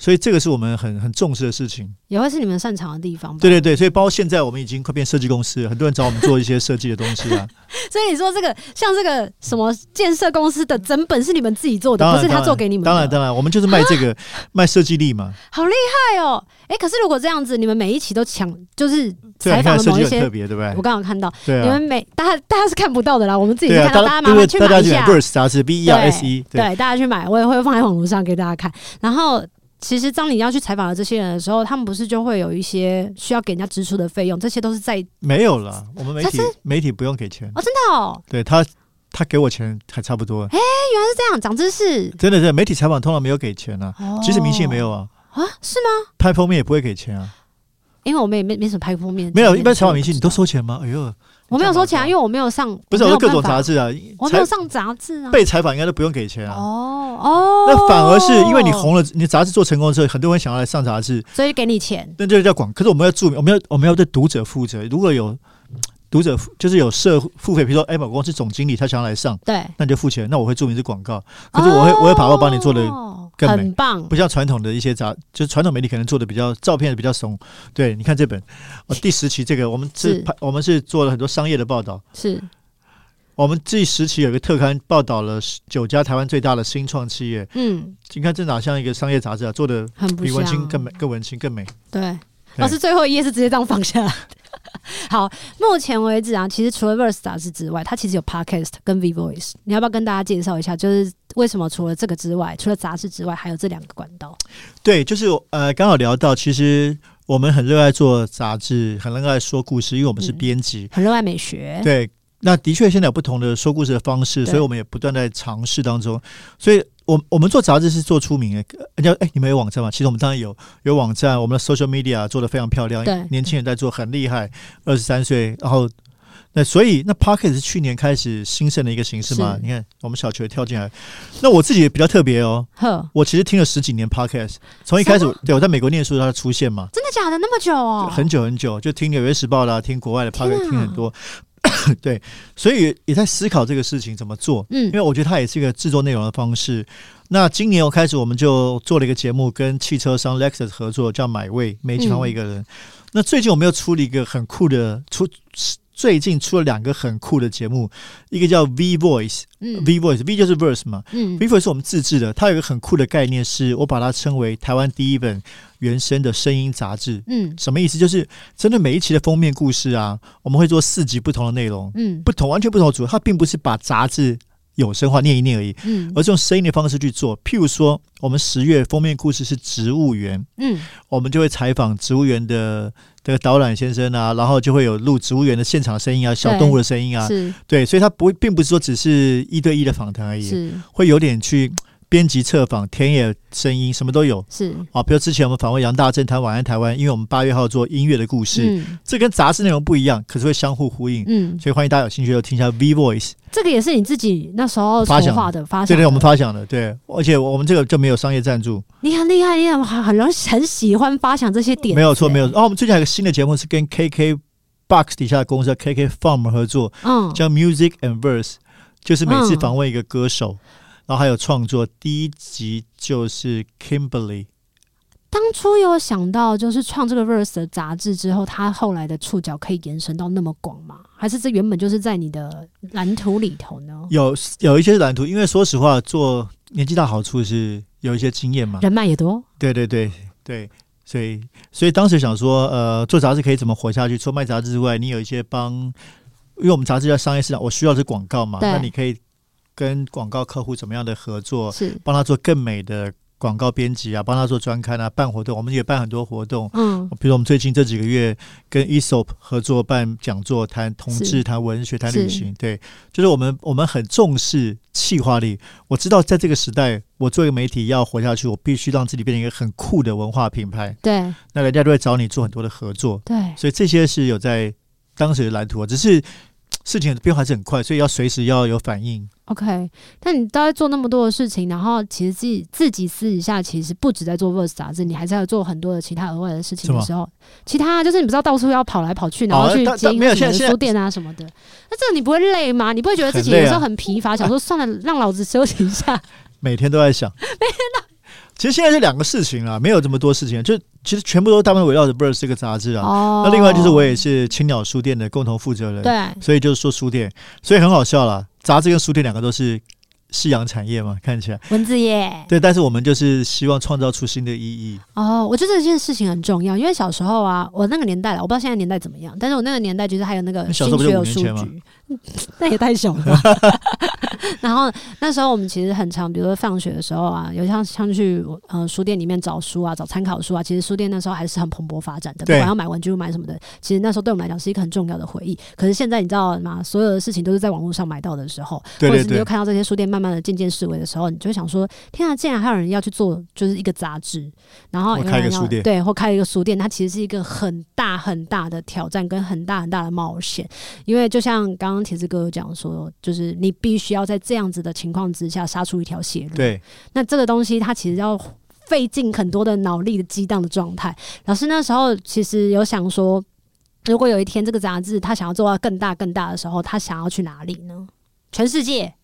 所以这个是我们很很重视的事情。也会是你们擅长的地方吧。对对对，所以包括现在我们已经快变设计公司了，很多人找我们做一些设计的东西 啊。所以你说这个像这个什么建设公司的整本是你们自己做的，当不然是他当然做给你们的，当然当然，我们就是卖这 个卖设计力嘛。好厉害哦！哎、可是如果这样子，你们每一期都抢，就是对采啊，访你看了设某计一很特些，别，对不我对？刚好看到、对你啊们，每大家大家是看不到的啦，我们自己对看啊，到，大家麻对烦不去对大买家一去买下， Verse 杂志 V E R S E，对对，大家去买，我也会放在网络上给大家看。然后，其实当你要去采访的这些人的时候，他们不是就会有一些需要给人家支出的费用，这些都是在没有啦，我们媒体但媒体不用给钱，哦，真的哦，对他他给我钱还差不多。是这样长知识。真的是媒体采访通常没有给钱啊，哦其实明星也没有啊，啊？是吗？拍封面也不会给钱啊。哦因为我们也没没什么拍封面，没有，一般采访明星你都说收钱吗？哎呦，我没有收钱啊，因为我没有上，不是我没我说有各种办法杂，志啊，我没有上杂志啊。被采访应该都不用给钱啊。哦哦，那反而是因为你，红了，你杂志做成功之后，很多人想要来上杂志，所以给你钱。那就叫广。可是我们要注明，我们要我们要对读者负责。如果有读者付就是有社付费，比如说哎某公司总经理他想要来上，对，那你就付钱，那我会注明是广告。可是我会、我会把握帮你做的，哦更美很棒不。像传统的一些杂，就是传统媒体可能做的比较照片比较怂。对，你看这本，哦、第十期这个我们是是拍我们是做了很多商业的报道。是我们这十期有一个特刊报道了九家台湾最大的新创企业，嗯，你看这哪像一个商业杂志啊？做的很不比文青像。更美，更文青更美。对，对老师最后一页是直接这样放下来 的。好，目前为止啊，其实除了 Verse 杂志之外，它其实有 Podcast 跟 V Voice。你要不要跟大家介绍一下，就是为什么除了这个之外，除了杂志之外，还有这两个管道？对，就是呃，刚好聊到，其实我们很热爱做杂志，很热爱说故事，因为我们是嗯编辑。很热爱美学，对，那的确现在有不同的说故事的方式，哎对所以我们也不断在尝试当中。所以我，我们做杂志是做出名的。人家哎，你们有网站吗？其实我们当然有，有网站，我们的 social media 做的非常漂亮对，年轻人在做很厉害，二十三岁，然后。那所以，那 Pocket 是去年开始兴盛的一个形式嘛？是你看，我们小球也跳进来。那我自己也比较特别哦，呵，我其实听了十几年 podcast，从一开始对我在美国念书的时候它出现嘛，真的假的？那么久哦，很久很久就听《纽约时报》啦，听国外的 podcast，、天啊听很多。 对，所以也在思考这个事情怎么做，嗯因为我觉得它也是一个制作内容的方式。那今年我开始，我们就做了一个节目，跟汽车商 Lexus 合作，叫“买位”，每集访问一个嗯人。那最近我们又出了一个很酷的，出最近出了两个很酷的节目，一个叫 V Voice，V 嗯 Voice，V 就是 verse 嘛，嗯 v i v o 是我们自制的，它有一个很酷的概念是，我把它称为台湾第一本原声的声音杂志。嗯什么意思？就是针对每一期的封面故事啊，我们会做四集不同的内容，嗯不同完全不同的组合。它并不是把杂志有声化念一念而已，嗯而是用声音的方式去做。譬如说，我们十月封面故事是植物园，嗯，我们就会采访植物园的这个导览先生啊，然后就会有录植物园的现场声音啊，小动物的声音啊，是对，所以它不会，并不是说只是一对一的访谈而已。是会有点去编辑测访、田野声音，什么都有是，啊。比如之前我们访问杨大正谈《晚安台湾》，因为我们八月号做音乐的故事，嗯这跟杂志内容不一样，可是会相互呼应。嗯，所以欢迎大家有兴趣就听一下 V Voice，这个也是你自己那时候发筹想划的发对想的，对，我们发想的，对，而且我们这个就没有商业赞助，你很厉害，你很很容易很喜欢发想这些点子，没有错，没有有，错。哦，我们最近还有个新的节目是跟 KK Box 底下的公司叫 KK Farm 合作，嗯，叫 Music and Verse，就是每次嗯访问一个歌手，然后还有创作。第一集就是 Kimberly，当初有想到就是创这个 Verse 的杂志之后，它后来的触角可以延伸到那么广吗？还是这原本就是在你的蓝图里头呢？有有一些蓝图，因为说实话，做年纪大好处是有一些经验嘛。人脉也多，对对对对，所以所以当时想说，呃，做杂志可以怎么活下去？除了卖杂志之外，你有一些帮，因为我们杂志在商业市场，我需要的是广告嘛，对那你可以跟广告客户怎么样的合作，是，帮他做更美的广告编辑啊，帮他做专刊啊，办活动，我们也办很多活动。嗯，比如我们最近这几个月跟 E ESOP 合作办讲座，谈同是志、谈文学、谈是旅行，对，就是我们我们很重视企划力。我知道在这个时代，我做一个媒体要活下去，我必须让自己变成一个很酷的文化品牌，对那人家都会找你做很多的合作，对，所以这些是有在当时的蓝图啊，只是。嘖事情的变化还是很快，所以要随时要有反应。 OK，但你大概做那么多的事情，然后其实自己自己私底下其实不止在做 Verse 杂志，你还是要做很多的其他额外的事情的是吗时候，其他啊就是你不知道到处要跑来跑去，然后哦去但接但没有应什么现在现在书店啊什么的，那这个你不会累吗？你不会觉得自己很累啊有时候很疲乏，想说算了，让老子休息一下？每天都在想，每天都。其实现在是两个事情啦，没有这么多事情，就其实全部都大部分围绕着《Birds》这个杂志啊。哦，那另外就是我也是青鸟书店的共同负责人，，对所以就是说书店，所以很好笑啦。杂志跟书店两个都是夕阳产业嘛，看起来文字业对，但是我们就是希望创造出新的意义。哦，我觉得这件事情很重要，因为小时候啊，我那个年代了，我不知道现在年代怎么样，但是我那个年代就是还有那个你小新时候不学 就有书五年前吗 局，那也太小了吧。然后那时候我们其实很常，比如说放学的时候啊，有像像去呃书店里面找书啊，找参考书啊。其实书店那时候还是很蓬勃发展的，不对管要买文具、买什么的，其实那时候对我们来讲是一个很重要的回忆。可是现在你知道吗？所有的事情都是在网络上买到的时候，对或者对是你就对，看到这些书店慢慢的渐渐式微的时候，你就会想说：天啊，竟然还有人要去做，就是一个杂志，然后或有开一个人要书店对，或开一个书店，它其实是一个很大很大的挑战跟很大很大的冒险。因为就像刚刚铁子哥有讲说，就是你必须要在这样子的情况之下杀出一条血路。对那这个东西它其实要费尽很多的脑力的激荡的状态。老师那时候其实有想说，如果有一天这个杂志他想要做到更大更大的时候，他想要去哪里呢？全世界？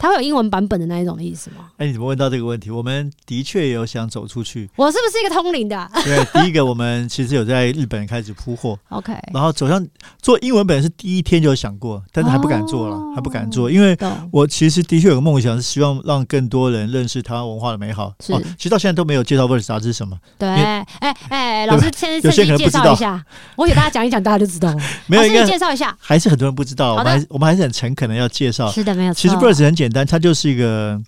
他会有英文版本的那一种的意思吗？哎，你怎么问到这个问题？我们的确有想走出去。我是不是一个通灵的啊、 对，第一个我们其实有在日本开始铺货， OK，然后走向做英文本是第一天就想过，但是还不敢做了，哦还不敢做，因为懂我其实的确有个梦想，是希望让更多人认识台湾文化的美好。是哦，其实到现在都没有介绍《Verse》杂志是什么，对。因哎哎、老师先有趁些机人可能介不知道绍一下，我给大家讲一讲，大家就知道了。没有老应师哦你该介绍一下，还是很多人不知道。我好们的还是我们还是很诚恳的要介绍。是的，没有错。啊其实《Verse》很简单，它就是一个，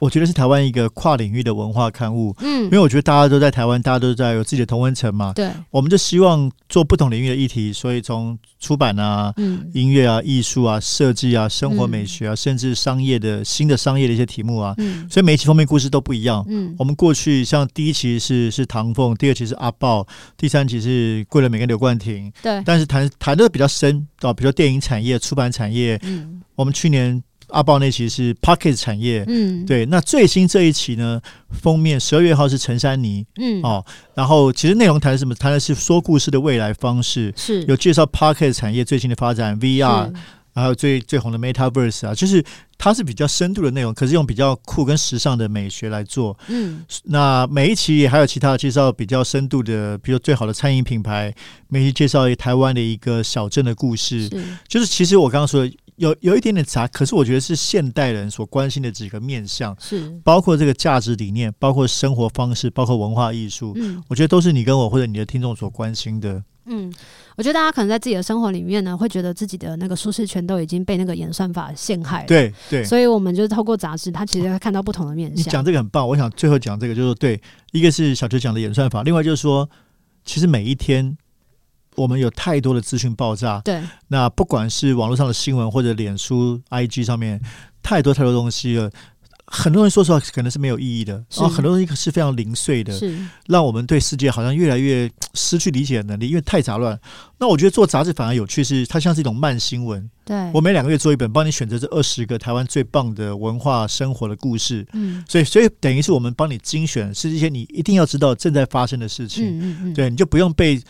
我觉得是台湾一个跨领域的文化刊物。嗯因，为我觉得大家都在台湾，大家都在有自己的同温层嘛，对，我们就希望做不同领域的议题，所以从出版啊、嗯，音乐啊、艺术啊、设计啊、生活美嗯学啊，甚至商业的新的商业的一些题目啊，嗯，所以每一期封面故事都不一样。嗯，我们过去像第一期是是唐凤，第二期是阿豹，第三期是桂纶镁跟刘冠廷，对，但是谈谈的比较深啊，比如说电影产业、出版产业。嗯我们去年阿豹那期是 Pocket 产业，嗯，对。那最新这一期呢，封面十二月号是陈珊妮嗯，哦，然后其实内容谈的是什么？谈的是说故事的未来方式，是有啊介绍 Pocket 产业最新的发展、VR，嗯是还有最最红的 Metaverse 啊，就是它是比较深度的内容，可是用比较酷跟时尚的美学来做。嗯那每一期也还有其他的介绍比较深度的，比如最好的餐饮品牌，每一期介绍台湾的一个小镇的故事。是就是其实我刚刚说的有有一点点杂，可是我觉得是现代人所关心的几个面向，是包括这个价值理念，包括生活方式，包括文化艺术。嗯我觉得都是你跟我或者你的听众所关心的，嗯，我觉得大家可能在自己的生活里面呢，会觉得自己的那个舒适圈都已经被那个演算法陷害了，，对对。所以我们就是透过杂志，它其实会看到不同的面你讲向，这个很棒，我想最后讲这个就是对，一个是小球讲的演算法，另外就是说，其实每一天我们有太多的资讯爆炸，对，那不管是网络上的新闻或者脸书、IG 上面，太多太多东西了。很多人说实话，可能是没有意义的，是然后很多东西是非常零碎的，是让我们对世界好像越来越失去理解的能力，因为太杂乱。那我觉得做杂志反而有趣是，它像是一种慢新闻。对，我每两个月做一本，帮你选择这二十个台湾最棒的文化生活的故事，嗯所以所以等于是我们帮你精选，是一些你一定要知道正在发生的事情。嗯嗯嗯，对，你就不用被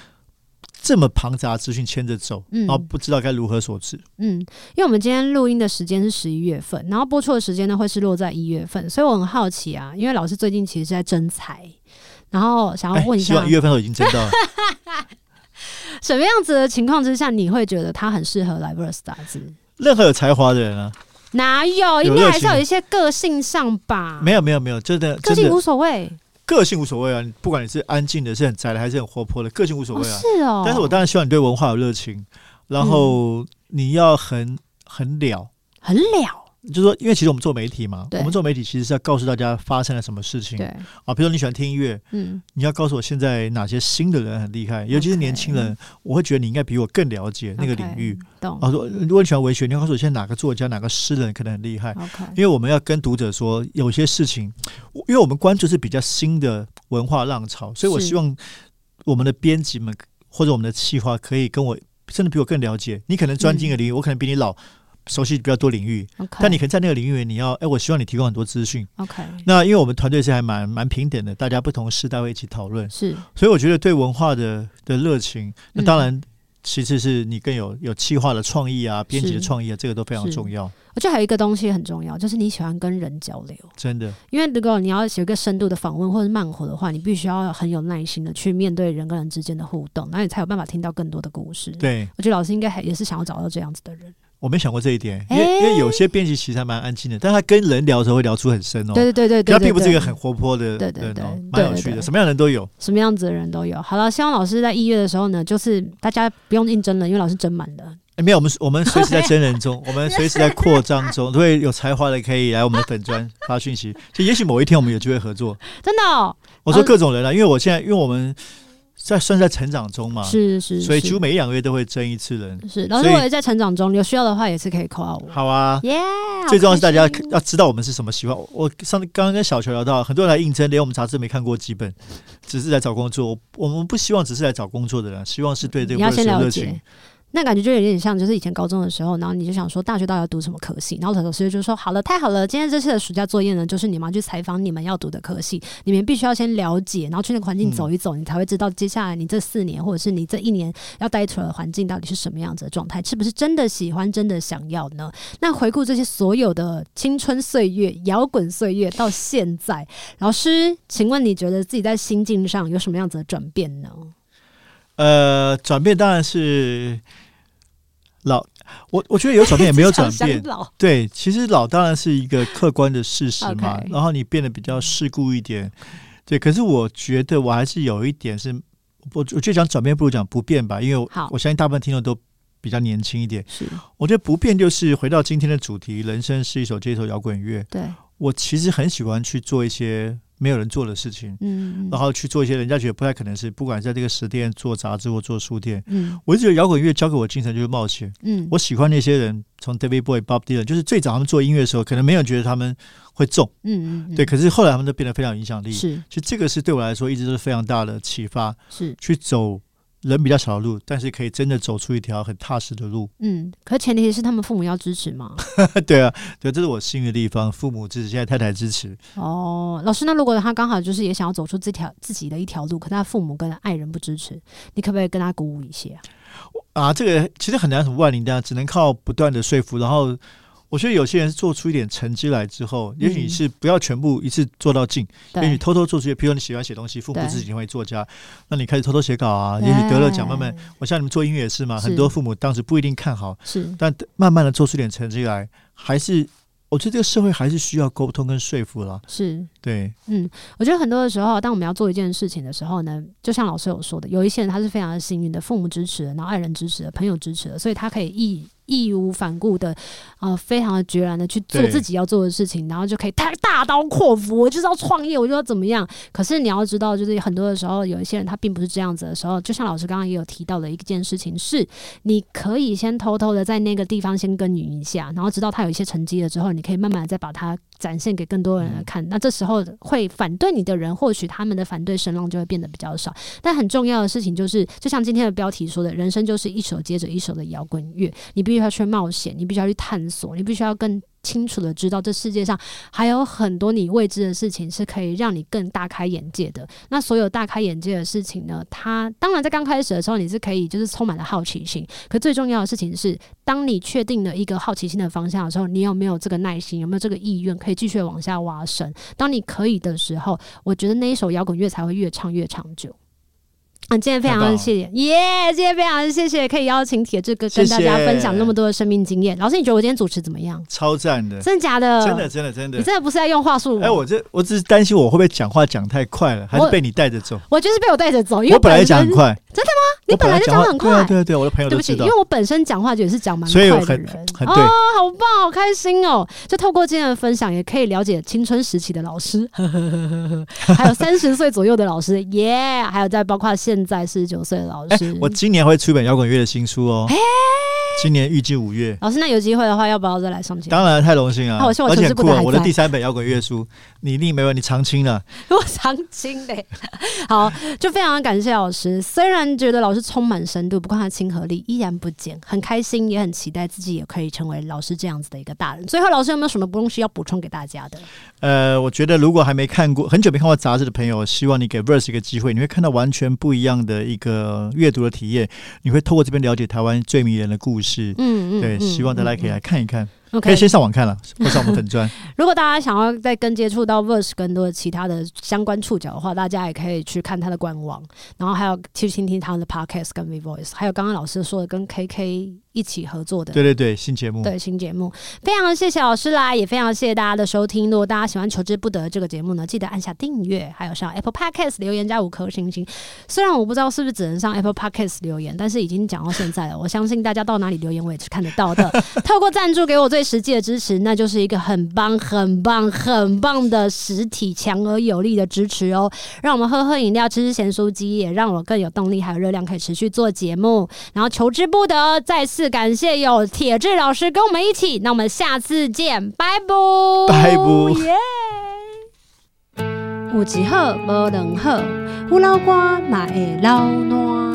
这么庞杂的资讯牵着走，嗯然后不知道该如何所知。嗯，因为我们今天录音的时间是十一月份，然后播出的时间呢会是落在一月份，所以我很好奇啊，因为老师最近其实是在征才，然后想要问一哎希下，望一月份都已经真 到了。什么样子的情况之下，你会觉得它很适合来 Verse 杂志？任何有才华的人啊，哪有？应有该热还是情有一些个性上吧。没有没有没有，真的个真性的无所谓，啊个性无所谓啊，你不管你是安静的、是很宅的还是很活泼的，个性无所哦谓啊。是哦。嗯但是我当然希望你对文化有热情，然后你要很很了。很了，就是说，因为其实我们做媒体嘛，对我们做媒体其实是要告诉大家发生了什么事情对，啊。比如说你喜欢听音乐，嗯，你要告诉我现在哪些新的人很厉害，尤其是 OK 年轻人，我会觉得你应该比我更了解那个领域。 OK，懂啊，说如果你喜欢文学，你要告诉我现在哪个作家、哪个诗人可能很厉害， ？OK，因为我们要跟读者说，有些事情，我因为我们关注是比较新的文化浪潮，所以我是希望我们的编辑们或者我们的企划可以跟我，甚至比我更了解。你可能专精的领域，我可能比你老，熟悉比较多领域，嗯 OK，但你可能在那个领域，你要，哎，我希望你提供很多资讯。 OK 那因为我们团队是还蛮蛮平等的，大家不同世代会一起讨论，是所以我觉得对文化的的热情，那嗯当然。其次是你更有有企划的创意啊，编辑的是创意啊，这个都非常是重要，我觉得还有一个东西很重要，就是你喜欢跟人交流。真的。因为如果你要有一个深度的访问或者慢活的话，你必须要很有耐心的去面对人跟人之间的互动，那你才有办法听到更多的故事。，对，我觉得老师应该还也是想要找到这样子的人。我没想过这一点，因为、哎因为有些编辑其实还蛮安静的，但他跟人聊的时候会聊出很深哦。对对对对对，他并不是一个对很活泼的人哦，对对对蛮有对趣对的，对什么样的人都有。什么样子的人都有。好了，希望老师在一月的时候呢，就是大家不用应征了，因为老师征满了。哎没有，我们我们随时在真人中，我们随时在扩张中。如果有才华的可以来我们的粉砖发 讯息，就也许某一天我们有机会合作。真的哦，我说各种人了、啊因为我现在因为我们在算在成长中嘛，是是，啊所以是嗯几乎每一两个月都会争一次人。是，然后所如以果也在成长中，有需要的话也是可以 call 我。好啊，耶，最重要是大家好开心要知道我们是什么喜欢。我我上次刚刚跟小球聊到，很多人来应征，连我们杂志没看过几本，只是来找工作。我我们不希望只是来找工作的人，啊希望是对这你个要工作先有了热解情。。那感觉就有点像，就是以前高中的时候，然后你就想说大学到底要读什么科系，然后老师就说好了，太好了，今天这次的暑假作业呢，就是你们要去采访你们要读的科系，你们必须要先了解，然后去那个嗯环境走一走，你才会知道接下来你这四年或者是你这一年要待处的环境到底是什么样子的状态，是不是真的喜欢，真的想要呢？那回顾这些所有的青春岁月、摇滚岁月到现在，老师，请问你觉得自己在心境上有什么样子的转变呢？呃，转变当然是老，我我觉得有转变也哎 没有转变 想。老对，其实老当然是一个客观的事实嘛 OK 然后你变得比较世故一点，对。可是我觉得我还是有一点是，我我就讲转变不如讲不变吧，因为我好我相信大部分听众都比较年轻一点。是我觉得不变就是回到今天的主题，人生是一首街头摇滚乐。对。我其实很喜欢去做一些没有人做的事情，嗯，然后去做一些人家觉得不太可能是，不管在这个实店做杂志或做书店，嗯我一直觉得摇滚乐教给我精神就是冒险。嗯，我喜欢那些人，从 David Bowie、Bob Dylan，就是最早他们做音乐的时候，可能没有人觉得他们会中，嗯嗯嗯对，可是后来他们都变得非常有影响力。是其实这个是对我来说一直都是非常大的启发，是去走人比较少的路，但是可以真的走出一条很踏实的路。 嗯，可前提是他们父母要支持嘛。对啊，对，这是我幸运的地方，父母支持，现在太太支持。哦，老师，那如果他刚好就是也想要走出这条自己的一条路，可他父母跟爱人不支持，你可不可以跟他鼓舞一下？啊，这个其实很难什么万灵丹，只能靠不断的说服。然后我觉得有些人做出一点成绩来之后，也许你是不要全部一次做到尽，也许你对，偷偷做出去。比如你喜欢写东西，父母对哎自己成为作家，那你开始偷偷写稿啊，也许得了奖，慢慢。我像你们做音乐也是嘛，是很多父母当时不一定看好，是但慢慢的做出一点成绩来，还是我觉得这个社会还是需要沟通跟说服啦。是。对，嗯我觉得很多的时候，当我们要做一件事情的时候呢，就像老师有说的，有一些人他是非常的幸运的，父母支持的，然后爱人支持的，朋友支持的，所以他可以义义无反顾的，呃，非常的决然的去做对自己要做的事情，然后就可以大大刀阔斧，我就是要创业，我就要怎么样。可是你要知道，就是很多的时候，有一些人他并不是这样子的时候，就像老师刚刚也有提到的一件事情是，你可以先偷偷的在那个地方先耕耘一下，然后直到他有一些成绩了之后，你可以慢慢地再把它展现给更多人来看。那这时候会反对你的人，或许他们的反对声浪就会变得比较少。但很重要的事情就是，就像今天的标题说的，人生就是一首接着一首的摇滚乐，你必须要去冒险，你必须要去探索，你必须要更。清楚的知道这世界上还有很多你未知的事情是可以让你更大开眼界的。那所有大开眼界的事情呢，它当然在刚开始的时候你是可以就是充满了好奇心，可最重要的事情是，当你确定了一个好奇心的方向的时候，你有没有这个耐心，有没有这个意愿，可以继续往下挖深？当你可以的时候，我觉得那一首摇滚乐才会越唱越长久。嗯，今天非太棒常了谢谢，耶、今天非常谢谢可以邀请铁志哥跟谢谢大家分享那么多的生命经验。老师，你觉得我今天主持怎么样？超赞的，真的假的？真的，真的，真的你。真的不是在用话术？哎、我这我只是担心我会不会讲话讲太快了，还我是被你带着走。我就是被我带着走，因为我本来身讲很，快，你我本来就讲讲话很快，对啊对啊对啊，我的朋友对都不起，知因道，为我本身讲话也是讲蛮所快以我的很人。很哦对。好棒，好开心哦！就透过今天的分享，也可以了解青春时期的老师， 还有三十岁左右的老师，耶、还有再包括现在四十九岁的老哎、师。我今年会出一本摇滚乐的新书哦，嗯今年预计五月。老师，那有机会的话，要不要再来上节目？当然太荣幸了、那我希望而且陈志很不酷、打哦，还我的在第三本摇滚乐书，你一定没问你长青了， 我常青嘞。 好，就非常感谢老师。虽然觉得老师充满深度，不过他的亲和力依然不减，很开心，也很期待自己也可以成为老师这样子的一个大人。最后，老师有没有什么东西要补充给大家的？呃，我觉得如果还没看过、很久没看过杂志的朋友，希望你给 Verse 一个机会，你会看到完全不一样的一个阅读的体验。你会透过这边了解台湾最迷人的故事。嗯 对，希望大家可以来看一看。可以 OK，先上网看了，或上我们 粉砖。如果大家想要再更接触到 Verse 更多其他的相关触角的话，大家也可以去看他的官网，然后还有去听听他们的 Podcast 跟 V Voice，还有刚刚老师说的跟 KK 一起合作的对对对，新节目，对新节目，非常谢谢老师啦，也非常谢谢大家的收听。如果大家喜欢《求之不得》这个节目呢，记得按下订阅，还有上 Apple Podcast 留言加五颗星星。虽然我不知道是不是只能上 Apple Podcast 留言，但是已经讲到现在了，我相信大家到哪里留言我也是看得到的。 透过赞助给我最实际的支持，那就是一个很棒、很棒、很棒的实体强而有力的支持哦。让我们喝喝饮料，吃吃咸酥鸡，也让我更有动力，还有热量可以持续做节目。然后求之不得，再次感谢有铁志老师跟我们一起，那我们下次见，拜拜，拜拜耶！有一好无两好，有老瓜嘛会老烂。